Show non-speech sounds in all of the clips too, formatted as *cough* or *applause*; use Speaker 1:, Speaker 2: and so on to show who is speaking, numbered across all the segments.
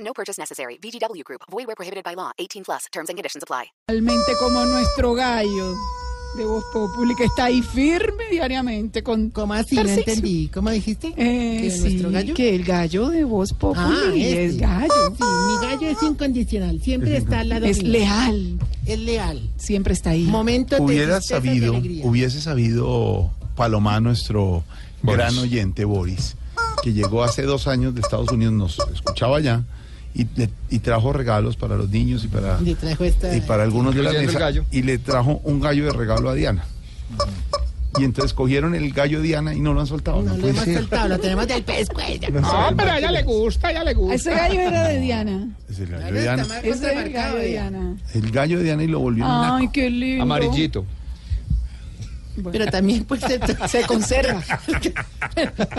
Speaker 1: No purchase necessary. VGW Group. Void where prohibited by law. 18 plus. Terms and conditions apply.
Speaker 2: Realmente como nuestro gallo de voz populi que está ahí firme diariamente con
Speaker 3: ¿Cómo así? No
Speaker 2: Tarcisio.
Speaker 3: entendí. ¿Cómo dijiste?
Speaker 2: Eh,
Speaker 3: ¿Que
Speaker 2: sí,
Speaker 3: nuestro gallo?
Speaker 2: que el gallo de voz populi
Speaker 3: Ah, este.
Speaker 2: es gallo,
Speaker 3: Sí, mi gallo es incondicional. Siempre está al lado
Speaker 2: es
Speaker 3: mío.
Speaker 2: leal,
Speaker 3: Es leal.
Speaker 2: siempre está ahí.
Speaker 3: Momento de
Speaker 4: hubiera
Speaker 3: tristeza, de
Speaker 4: sabido,
Speaker 3: alegría.
Speaker 4: hubiese sabido Palomar, nuestro gran oyente Boris, que llegó hace dos años de Estados Unidos, nos escuchaba allá y, le- y trajo regalos para los niños y para,
Speaker 3: Le trajo esta...
Speaker 4: y para algunos de la
Speaker 5: Incluyendo el
Speaker 4: mesa
Speaker 5: gallo.
Speaker 4: y le trajo un gallo de regalo a Diana. Y entonces cogieron el gallo Diana y no lo han soltado.
Speaker 3: No
Speaker 4: No,
Speaker 3: lo
Speaker 4: puede
Speaker 3: hemos
Speaker 4: ser.
Speaker 3: soltado, lo tenemos del pescuezo.
Speaker 5: Ah, pero
Speaker 6: ella le gusta, ella le gusta.
Speaker 2: Ese gallo era de
Speaker 3: *laughs*
Speaker 2: Diana.
Speaker 4: Es el gallo
Speaker 3: Claro,
Speaker 4: de
Speaker 3: está
Speaker 4: Diana.
Speaker 3: más
Speaker 2: Ese era el
Speaker 3: contramarcado
Speaker 2: gallo de
Speaker 3: ya.
Speaker 2: Diana.
Speaker 4: El gallo de Diana y lo volvió
Speaker 3: Ah,
Speaker 4: un naco.
Speaker 2: Ay, qué lindo.
Speaker 5: Amarillito.
Speaker 2: Bueno.
Speaker 3: Pero también pues se,
Speaker 2: se conserva.
Speaker 3: *laughs*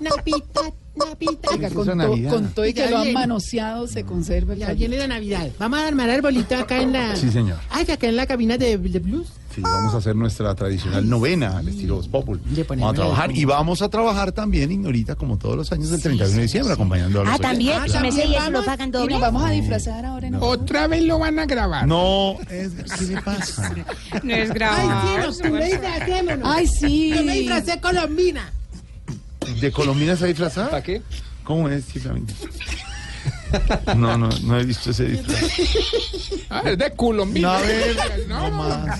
Speaker 3: Napita, napita.
Speaker 4: Oiga,
Speaker 2: Con,
Speaker 4: Esa
Speaker 2: to-
Speaker 4: Navidad.
Speaker 2: con todo y
Speaker 3: Ya
Speaker 2: que lo han
Speaker 3: viene.
Speaker 2: manoseado, se conserva el
Speaker 3: Ya
Speaker 2: gallo.
Speaker 3: viene la Navidad. Vamos a armar arbolito acá en la...
Speaker 4: Sí, señor.
Speaker 3: Ay, acá en la cabina de, de blues.
Speaker 4: Sí, vamos a hacer nuestra tradicional novena al estilo Voz Populi.
Speaker 3: Le ponemos
Speaker 4: Vamos a trabajar
Speaker 3: la-
Speaker 4: y vamos a trabajar también, Ignorita, como todos los años del 31 de diciembre, acompañando a los
Speaker 7: Ah,
Speaker 4: oyentes.
Speaker 7: también,
Speaker 3: Ah,
Speaker 7: los meses y eso
Speaker 3: ¿también
Speaker 7: lo pagan
Speaker 2: Y
Speaker 7: doble.
Speaker 2: nos vamos a disfrazar ahora en
Speaker 6: Otra vez lo van a grabar.
Speaker 4: No, Edgar, ¿qué le pasa?
Speaker 8: No es
Speaker 3: Ay,
Speaker 8: grave.
Speaker 3: sí, nos disfracémonos.
Speaker 2: Ah. Ay, sí.
Speaker 3: Yo me disfracé colombina.
Speaker 4: ¿De Colombina se disfrazada?
Speaker 5: ¿Para qué?
Speaker 4: ¿Cómo es, Chiflamita? No, no, no he visto ese disfraz.
Speaker 6: Ah, es de
Speaker 4: No,
Speaker 6: Colombia.
Speaker 4: a ver,
Speaker 6: no,
Speaker 4: no más.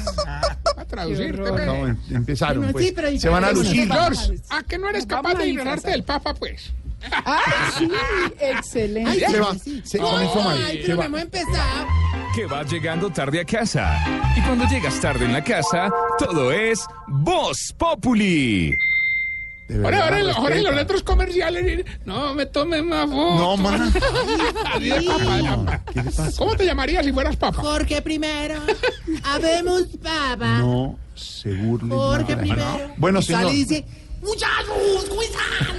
Speaker 6: a traducirte. ve.
Speaker 4: No, em- empezaron,
Speaker 3: No, sí,
Speaker 4: pues.
Speaker 3: pero
Speaker 4: Se van a
Speaker 3: disfrazémonos.
Speaker 4: lucir.
Speaker 6: George, ¿a que no eres
Speaker 2: Nos
Speaker 6: capaz
Speaker 2: vamos a
Speaker 6: de liberarte
Speaker 2: disfrazar.
Speaker 6: del Papa, pues?
Speaker 2: Ay, Ah, sí, excelente.
Speaker 4: Se va, se comenzó mal.
Speaker 3: Ay,
Speaker 4: Se
Speaker 3: pero no
Speaker 4: va.
Speaker 3: hemos empezado.
Speaker 9: que va llegando tarde a casa. Y cuando llegas tarde en la casa, todo es Voz Populi.
Speaker 4: De verdad,
Speaker 6: Ahora, ahora, en lo- ahora en los
Speaker 4: respeta.
Speaker 6: letros comerciales. mire, No, me tomes más foto.
Speaker 4: No, más.
Speaker 6: Así de papá.
Speaker 4: ¿Qué le pasa?
Speaker 6: ¿Cómo te llamarías si fueras Papa?
Speaker 3: Jorge primero,
Speaker 6: *laughs*
Speaker 3: habemos papa.
Speaker 4: No se burlen.
Speaker 3: Jorge
Speaker 4: nada.
Speaker 3: primero.
Speaker 4: Bueno,
Speaker 3: y
Speaker 4: señor.
Speaker 3: sale y dice, muchachos,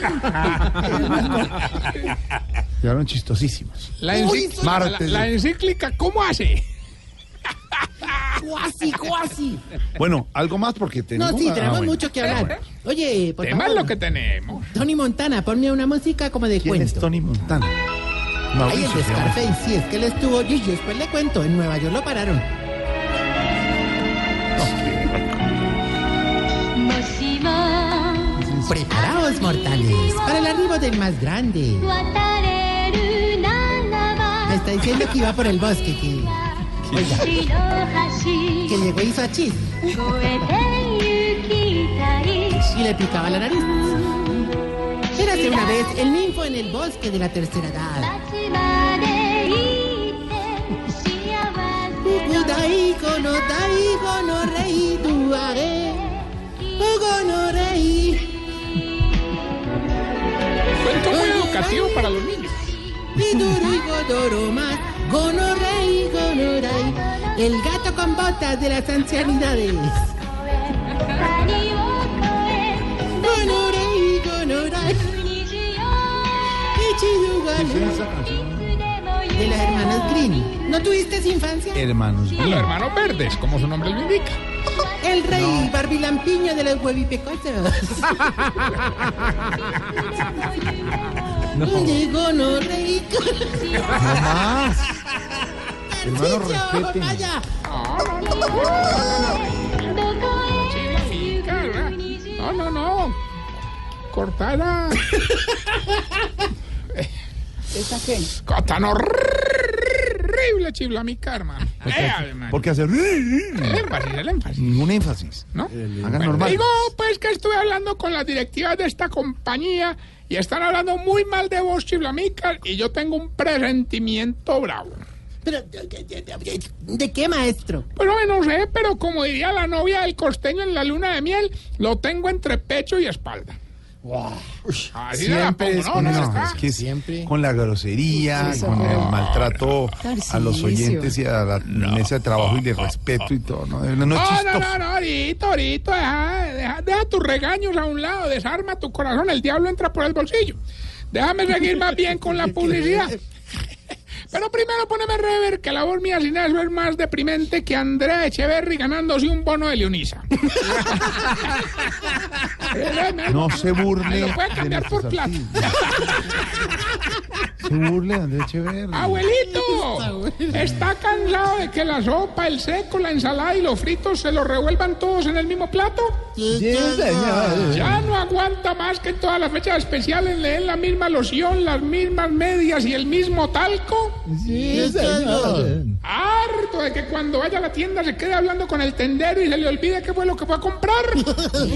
Speaker 3: cuidan.
Speaker 4: Quedaron chistosísimos.
Speaker 6: La,
Speaker 3: Uy,
Speaker 6: enci-
Speaker 3: soy-
Speaker 6: la-
Speaker 4: Martes.
Speaker 6: la encíclica, ¿cómo hace?
Speaker 3: Cuasi,
Speaker 4: *laughs*
Speaker 3: cuasi.
Speaker 4: Bueno, algo más porque tenemos.
Speaker 3: No, sí,
Speaker 4: Ah,
Speaker 3: tenemos
Speaker 4: bueno.
Speaker 3: mucho que hablar. Oye, por
Speaker 6: Eh, Tema es
Speaker 3: favor,
Speaker 6: lo que tenemos.
Speaker 3: Tony Montana, ponme una música como de
Speaker 4: ¿Quién es
Speaker 3: cuento.
Speaker 4: Tony Montana?
Speaker 3: Ahí el de
Speaker 4: se llama.
Speaker 3: Scarface, sí, es que él estuvo, y yo después le cuento, en Nueva York lo pararon.
Speaker 6: Ah,
Speaker 3: Preparaos, mortales, para el arribo del más grande. Me está diciendo que iba por el bosque, que, que llegó y hizo achis, y le picaba la nariz. Érase una vez el ninfo en el bosque de la tercera edad. Udaigo no daigo no rei duare. Ugo no rei.
Speaker 6: Cuento muy educativo para los niños.
Speaker 3: Pidurigo doroma. Gono rei gono rai. El gato con botas de las ancianidades. Gono rei gono rai. Ichidugan. De las hermanas Green. ¿No tuviste infancia?
Speaker 4: Hermanos.
Speaker 6: A los
Speaker 4: Grimm.
Speaker 6: hermanos verdes, como su nombre lo indica.
Speaker 3: El rey barbilampiño de los
Speaker 5: *laughs*
Speaker 3: huevipecosos. Llegó no rey. *laughs*
Speaker 4: No más. Hermano,
Speaker 3: Tarcisio,
Speaker 4: respeten.
Speaker 3: vaya.
Speaker 6: No, no, no. Cortada.
Speaker 2: ¿Esta qué?
Speaker 6: Cosa tan horrible, chifla mi karma. Eh, Ave María.
Speaker 4: Porque hace
Speaker 6: El énfasis, el énfasis.
Speaker 4: ningún énfasis.
Speaker 6: ¿No?
Speaker 4: Hagan
Speaker 6: Bueno,
Speaker 4: normal.
Speaker 6: digo, pues que estuve hablando con las directivas de esta compañía y están hablando muy mal de vos, Chiflamícar, y yo tengo un presentimiento bravo.
Speaker 3: Pero, ¿de- de- de- ¿de qué maestro?
Speaker 6: Pero Pues no sé, pero como diría la novia del costeño en la luna de miel, lo tengo entre pecho y espalda. Así se la
Speaker 4: Siempre
Speaker 6: pongo,
Speaker 4: es
Speaker 6: ¿no?
Speaker 4: con,
Speaker 6: No,
Speaker 4: no,
Speaker 6: está.
Speaker 4: es que es
Speaker 5: Siempre.
Speaker 4: con la grosería,
Speaker 5: Sí,
Speaker 4: con el
Speaker 5: señor.
Speaker 4: maltrato a los
Speaker 5: Tarcisio.
Speaker 4: oyentes y a la mesa de trabajo y de respeto y todo. No, no, no es
Speaker 6: No, no,
Speaker 4: chistoso.
Speaker 6: no, no, Orito, Orito, deja, deja, deja tus regaños a un lado, desarma tu corazón, el diablo entra por el bolsillo. Déjame seguir más bien
Speaker 4: *laughs*
Speaker 6: con la publicidad. Pero primero poneme rever que la voz mía sin eso es más deprimente que Andrea Echeverry ganándose un bono de
Speaker 4: *laughs*
Speaker 6: Leonisa. *laughs*
Speaker 4: No se burle.
Speaker 6: Lo puede
Speaker 4: de
Speaker 6: cambiar por
Speaker 4: nuestros
Speaker 6: plata.
Speaker 4: artistas. Se burle de Andrés Echeverri.
Speaker 6: Abuelito, está cansado de que la sopa, el seco, la ensalada y los fritos se los revuelvan todos en el mismo plato. Ya no aguanta más que en todas las fechas especiales le den la misma loción, las mismas medias y el mismo talco. Harto de que cuando vaya a la tienda se quede hablando con el tendero y se le olvide qué fue lo que fue a comprar.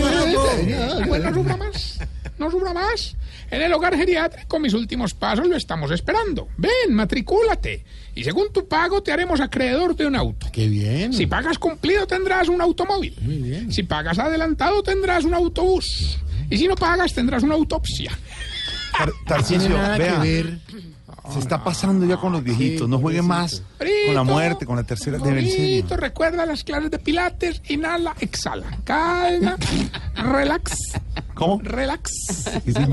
Speaker 6: Ah, Bueno, no sufra más. No sufra más. En el hogar geriátrico, mis últimos pasos lo estamos esperando. Ven, matricúlate. Y según tu pago, te haremos acreedor de un auto.
Speaker 5: Qué bien.
Speaker 6: Si pagas cumplido tendrás un automóvil.
Speaker 5: bien.
Speaker 6: Si pagas adelantado tendrás un autobús. Y si no pagas tendrás una autopsia.
Speaker 4: Tar- Tarcisio,
Speaker 5: Nada que
Speaker 4: vea,
Speaker 5: ver.
Speaker 4: se está pasando ya con los viejitos. No juegue más con la
Speaker 6: Brito,
Speaker 4: muerte, con la tercera. De ver,
Speaker 6: bonito,
Speaker 4: serio.
Speaker 6: recuerda las clases de pilates, inhala, exhala. Calma, relax,
Speaker 4: ¿Cómo?
Speaker 6: relax.
Speaker 4: Dice-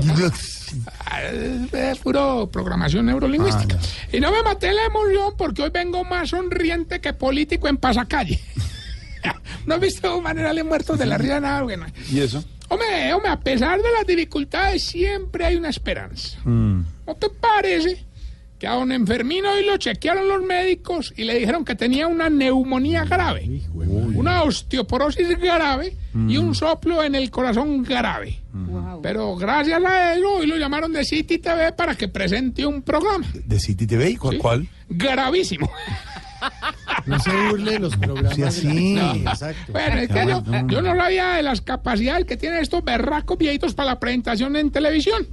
Speaker 6: Es puro programación
Speaker 4: Ah,
Speaker 6: neurolingüística. Y no me maté la emoción porque hoy vengo más sonriente que político en pasacalle. *laughs* ¿No has visto manerales muertos de la risa? Nada, bueno.
Speaker 4: ¿Y eso?
Speaker 6: Hombre, hombre, a pesar de las dificultades, siempre hay una esperanza.
Speaker 4: Mm.
Speaker 6: ¿No te parece que a don Enfermino hoy lo chequearon los médicos y le dijeron que tenía una neumonía grave, una osteoporosis grave y
Speaker 4: Mm.
Speaker 6: un soplo en el corazón grave? Pero gracias a él hoy lo llamaron de City TV para que presente un programa
Speaker 4: ¿De City TV? ¿Y cuál?
Speaker 6: Sí.
Speaker 4: cuál?
Speaker 6: gravísimo.
Speaker 5: No se burle de los programas.
Speaker 4: Sí, así.
Speaker 5: de la- Sí, exacto.
Speaker 6: Bueno, es que yo, yo no sabía de las capacidades que tienen estos berracos viejitos para la presentación en televisión.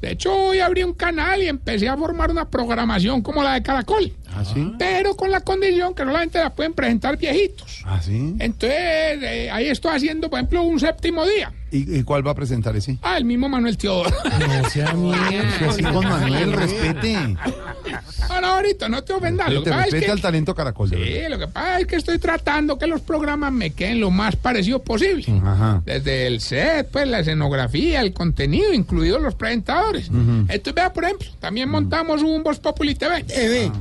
Speaker 6: De hecho, hoy abrí un canal y empecé a formar una programación como la de Caracol.
Speaker 4: ¿Así?
Speaker 6: Pero con la condición que solamente la pueden presentar viejitos.
Speaker 4: ¿Así?
Speaker 6: Entonces, eh, ahí estoy haciendo, por ejemplo, un séptimo día.
Speaker 4: ¿Y, y cuál va a presentar ese?
Speaker 6: Ah, el mismo Manuel Teodoro. *laughs*
Speaker 5: No sea mierda.
Speaker 4: Así con Manuel, respete.
Speaker 6: Ahora, ahorita, no te ofendas. Lo
Speaker 4: Te
Speaker 6: que pasa es
Speaker 4: respete
Speaker 6: que-
Speaker 4: al talento caracol. de verdad.
Speaker 6: Sí, lo que pasa es que estoy tratando que los programas me queden lo más parecido posible.
Speaker 4: Ajá.
Speaker 6: Desde el set, pues la escenografía, el contenido, incluidos los presentadores. Esto vea, por ejemplo, también montamos un Voz Populi Eh, TV. TV.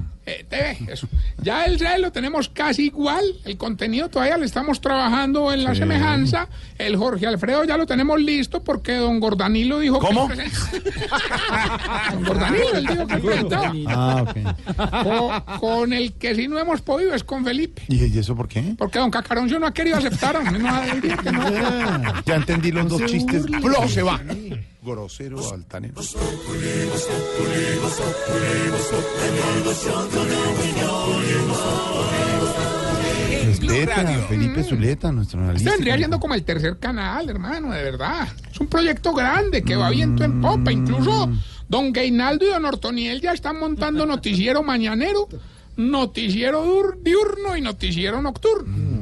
Speaker 6: TV, eso. Ya el set lo tenemos casi igual, el contenido todavía le estamos trabajando en la semejanza. El Jorge Alfredo ya lo tenemos listo porque don Gordanilo dijo
Speaker 4: ¿Cómo?
Speaker 6: que... don Gordanilo, él dijo que él presentaba.
Speaker 4: Ah, ok.
Speaker 6: Co- con el que sí no hemos podido es con Felipe.
Speaker 4: ¿Y, y eso por qué?
Speaker 6: Porque don Cacarón yo no ha querido aceptar a mí no, el día que no.
Speaker 4: Ya entendí los dos chistes. ¡Plo, se va! Grosero, altanero. Respeta, Felipe Zuleta, nuestro analista.
Speaker 6: Vendría siendo como el tercer canal, hermano, de verdad. Es un proyecto grande que va viento en popa. Incluso don Gainaldo y don Ortoniel ya están montando noticiero mañanero, noticiero dur- diurno y noticiero nocturno.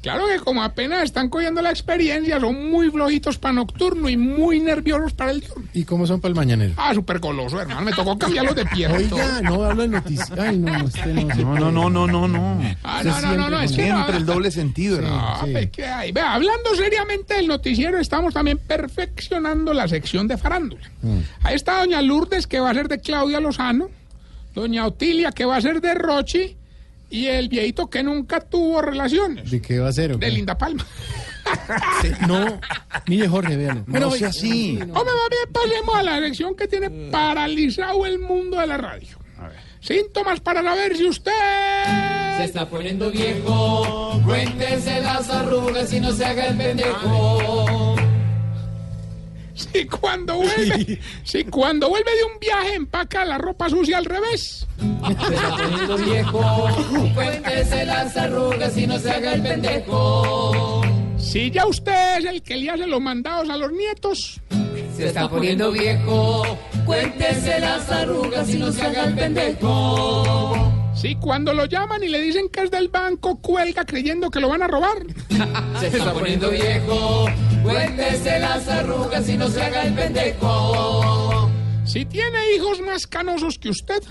Speaker 6: Claro que como apenas están cogiendo la experiencia, son muy flojitos para nocturno y muy nerviosos para el diurno.
Speaker 5: ¿Y cómo son para el mañanero?
Speaker 6: Ah, súper goloso, hermano. Me tocó cambiarlos de pie.
Speaker 5: Oiga, no hablo de noticias. Ay, no, este no. se
Speaker 4: No, no, no, no, no, no.
Speaker 6: Ah, no, no, no, no, es que no,
Speaker 4: Siempre el doble sentido, hermano.
Speaker 6: Ah, pues, ¿qué hay? Vea, hablando seriamente del noticiero, estamos también perfeccionando la sección de farándula.
Speaker 5: Mm.
Speaker 6: Ahí está doña Lourdes, que va a ser de Claudia Lozano, doña Otilia, que va a ser de Rochi, y el viejito que nunca tuvo relaciones,
Speaker 5: ¿De qué va a ser? o qué?
Speaker 6: de Linda Palma.
Speaker 5: No, mire Jorge, véalo.
Speaker 4: No
Speaker 5: oiga,
Speaker 4: sea así.
Speaker 6: Hombre, más bien pasemos a la elección que tiene paralizado el mundo de la radio. Síntomas para saber si usted...
Speaker 7: Se está poniendo viejo, cuéntese las arrugas y no se haga el pendejo.
Speaker 6: Si cuando vuelve, si cuando vuelve de un viaje empaca la ropa sucia al revés.
Speaker 7: Se está poniendo viejo, cuéntese las arrugas y no se haga el pendejo.
Speaker 6: Si ya usted es el que le hace los mandados a los nietos.
Speaker 7: Se está poniendo viejo, cuéntese las arrugas y no se haga el pendejo.
Speaker 6: Sí, cuando lo llaman y le dicen que es del banco, cuelga creyendo que lo van a robar.
Speaker 7: *laughs* Se está poniendo viejo. Cuéntese las arrugas y no se haga el pendejo.
Speaker 6: Si tiene hijos más canosos que usted.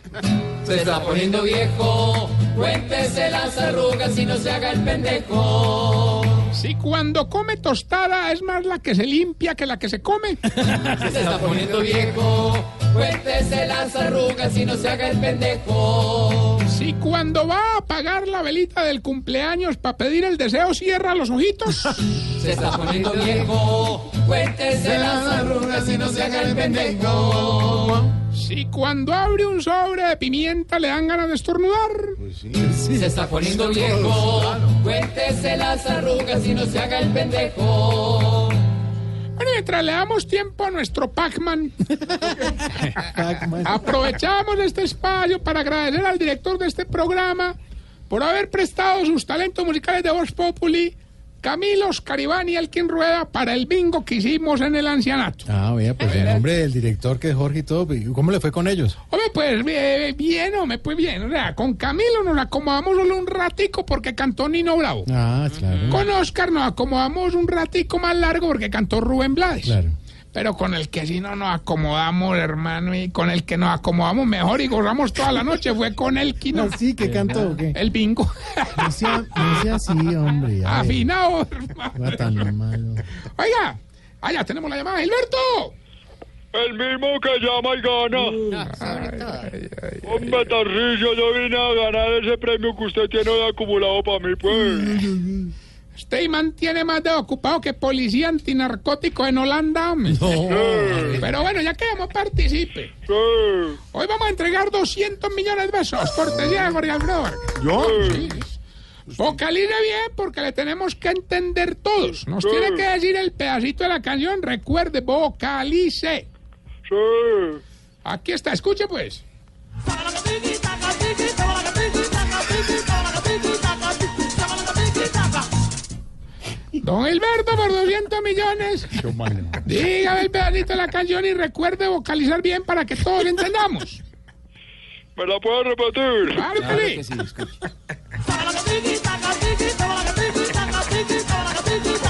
Speaker 7: Se está poniendo viejo. Cuéntese las arrugas y no se haga el pendejo.
Speaker 6: Si cuando come tostada es más la que se limpia que la que se come.
Speaker 7: Se está poniendo viejo. Cuéntese las arrugas y no se haga el pendejo.
Speaker 6: Si cuando va a apagar la velita del cumpleaños para pedir el deseo cierra los ojitos.
Speaker 7: Se está poniendo viejo. Cuéntese las arrugas y no se haga el pendejo.
Speaker 6: Si cuando abre un sobre de pimienta le dan ganas de estornudar.
Speaker 7: Se está poniendo viejo. Cuéntese las arrugas y no se haga el pendejo.
Speaker 6: Bueno, mientras le damos tiempo a nuestro Pac-Man, aprovechamos este espacio para agradecer al director de este programa por haber prestado sus talentos musicales de Voz Populi, Camilo Oscaribán y Elkin Rueda, para el bingo que hicimos en el ancianato.
Speaker 5: Ah, vea, pues el nombre del director que es Jorge y todo, pues, ¿y ¿cómo le fue con ellos?
Speaker 6: Hombre, pues eh, bien, hombre, pues bien. O sea, con Camilo nos acomodamos solo un ratico porque cantó Nino Bravo.
Speaker 5: Ah, claro.
Speaker 6: Con Oscar nos acomodamos un ratico más largo porque cantó Rubén Blades.
Speaker 5: Claro.
Speaker 6: Pero con el que sí no nos acomodamos, hermano, y con el que nos acomodamos mejor y gozamos toda la noche fue con el
Speaker 3: *laughs*
Speaker 6: Kino,
Speaker 5: sí, que cantó, ¿o qué?
Speaker 6: el bingo.
Speaker 5: No sea, no sea así, hombre. ya ve,
Speaker 6: *laughs* Afinado, hermano.
Speaker 5: va tan malo.
Speaker 6: Oiga, allá tenemos la llamada, Gilberto.
Speaker 8: El mismo que llama y gana. Hombre, Tarrillo, yo vine a ganar ese premio que usted tiene de acumulado para mí, pues.
Speaker 6: *laughs* Este mantiene más de ocupado que policía antinarcótico en Holanda. hombre. Pero bueno, ya quedamos, participe.
Speaker 8: Sí.
Speaker 6: Hoy vamos a entregar 200 millones de pesos. Cortesía de Jorge Alfredo.
Speaker 4: ¿Yo?
Speaker 6: Vocalice bien porque le tenemos que entender todos. Nos tiene que decir el pedacito de la canción. Recuerde, vocalice.
Speaker 8: Sí.
Speaker 6: Aquí está, escuche pues. Don Gilberto por 200 millones.
Speaker 4: Qué humano.
Speaker 6: Dígame el pedacito de la canción y recuerde vocalizar bien para que todos entendamos.
Speaker 8: *laughs* ¿Me la puede repetir?
Speaker 6: Claro, Felipe.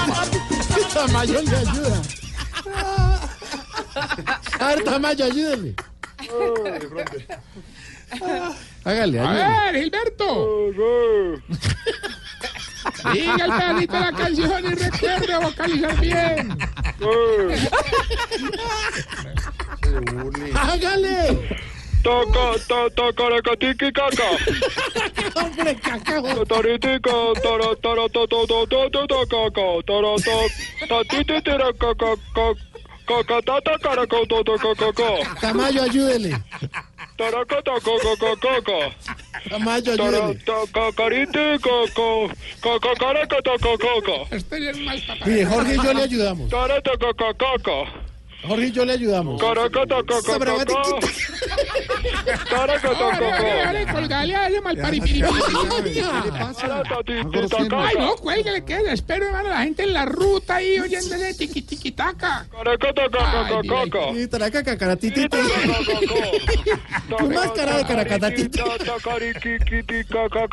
Speaker 5: Tamayo le ayuda. A ver, Tamayo, ayúdale. Hágale,
Speaker 6: A
Speaker 5: ayúdale.
Speaker 6: ver, Gilberto.
Speaker 8: *laughs* Sí.
Speaker 6: Diga el pedacito de la canción y recuerde vocalizar bien.
Speaker 8: Sí.
Speaker 5: Hágale.
Speaker 8: Toca, ta, tacaracatiqui, caca.
Speaker 5: Hombre, cacajo.
Speaker 8: Tataritica, tara, tara, ta, ta, ta, ta, ta, ta, caca. Tara, ta, ta, ti, ti, tira, ca, ca, ca, caca, ta, ta, cara, ca, ta, ta, ca, ca, ca.
Speaker 5: Tamayo, ayúdele.
Speaker 8: Tara, ca, ta, ca, ca, ca, ca, ca.
Speaker 5: Tamayo, ayúdele.
Speaker 8: Tarata,
Speaker 6: Este ya es mal papá.
Speaker 5: Mire, Jorge y yo le ayudamos. Jorge y yo le ayudamos.
Speaker 6: Dale, colgale a ese mal paripiripiri. Ay, no, cuélgale, que le espero, hermano, la gente en la ruta ahí oyendo ese tiqui tiqui taca.
Speaker 5: Y taraca, cacaratitito.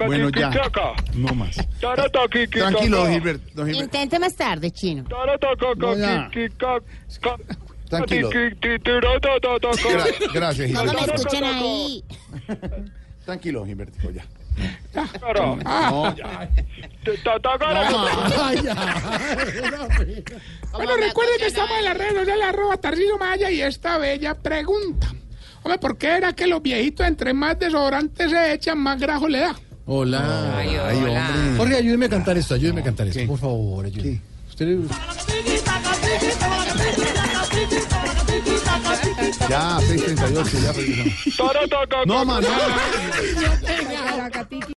Speaker 4: Bueno, ya. No más. Tranquilo, Gilberto. don Gilberto.
Speaker 3: Intente más tarde, chino.
Speaker 4: Tranquilo. Gra- gracias, Gilberto.
Speaker 3: escuchan ahí.
Speaker 4: Tranquilo, Gilberto. Ya.
Speaker 6: Ah,
Speaker 5: Ay, ay.
Speaker 6: bueno, recuerden que estamos en las redes sociales, arroba Tarcillo Maya y esta bella pregunta. Hombre, ¿por qué era que los viejitos entre más desodorantes se echan, más grajo le da?
Speaker 5: Hola. Jorge, ayúdeme a cantar esto, ayúdeme a cantar esto. Por favor, ayúdeme. Usted,
Speaker 4: Ya, 638, ya regresamos.
Speaker 8: No,
Speaker 4: No, man, no.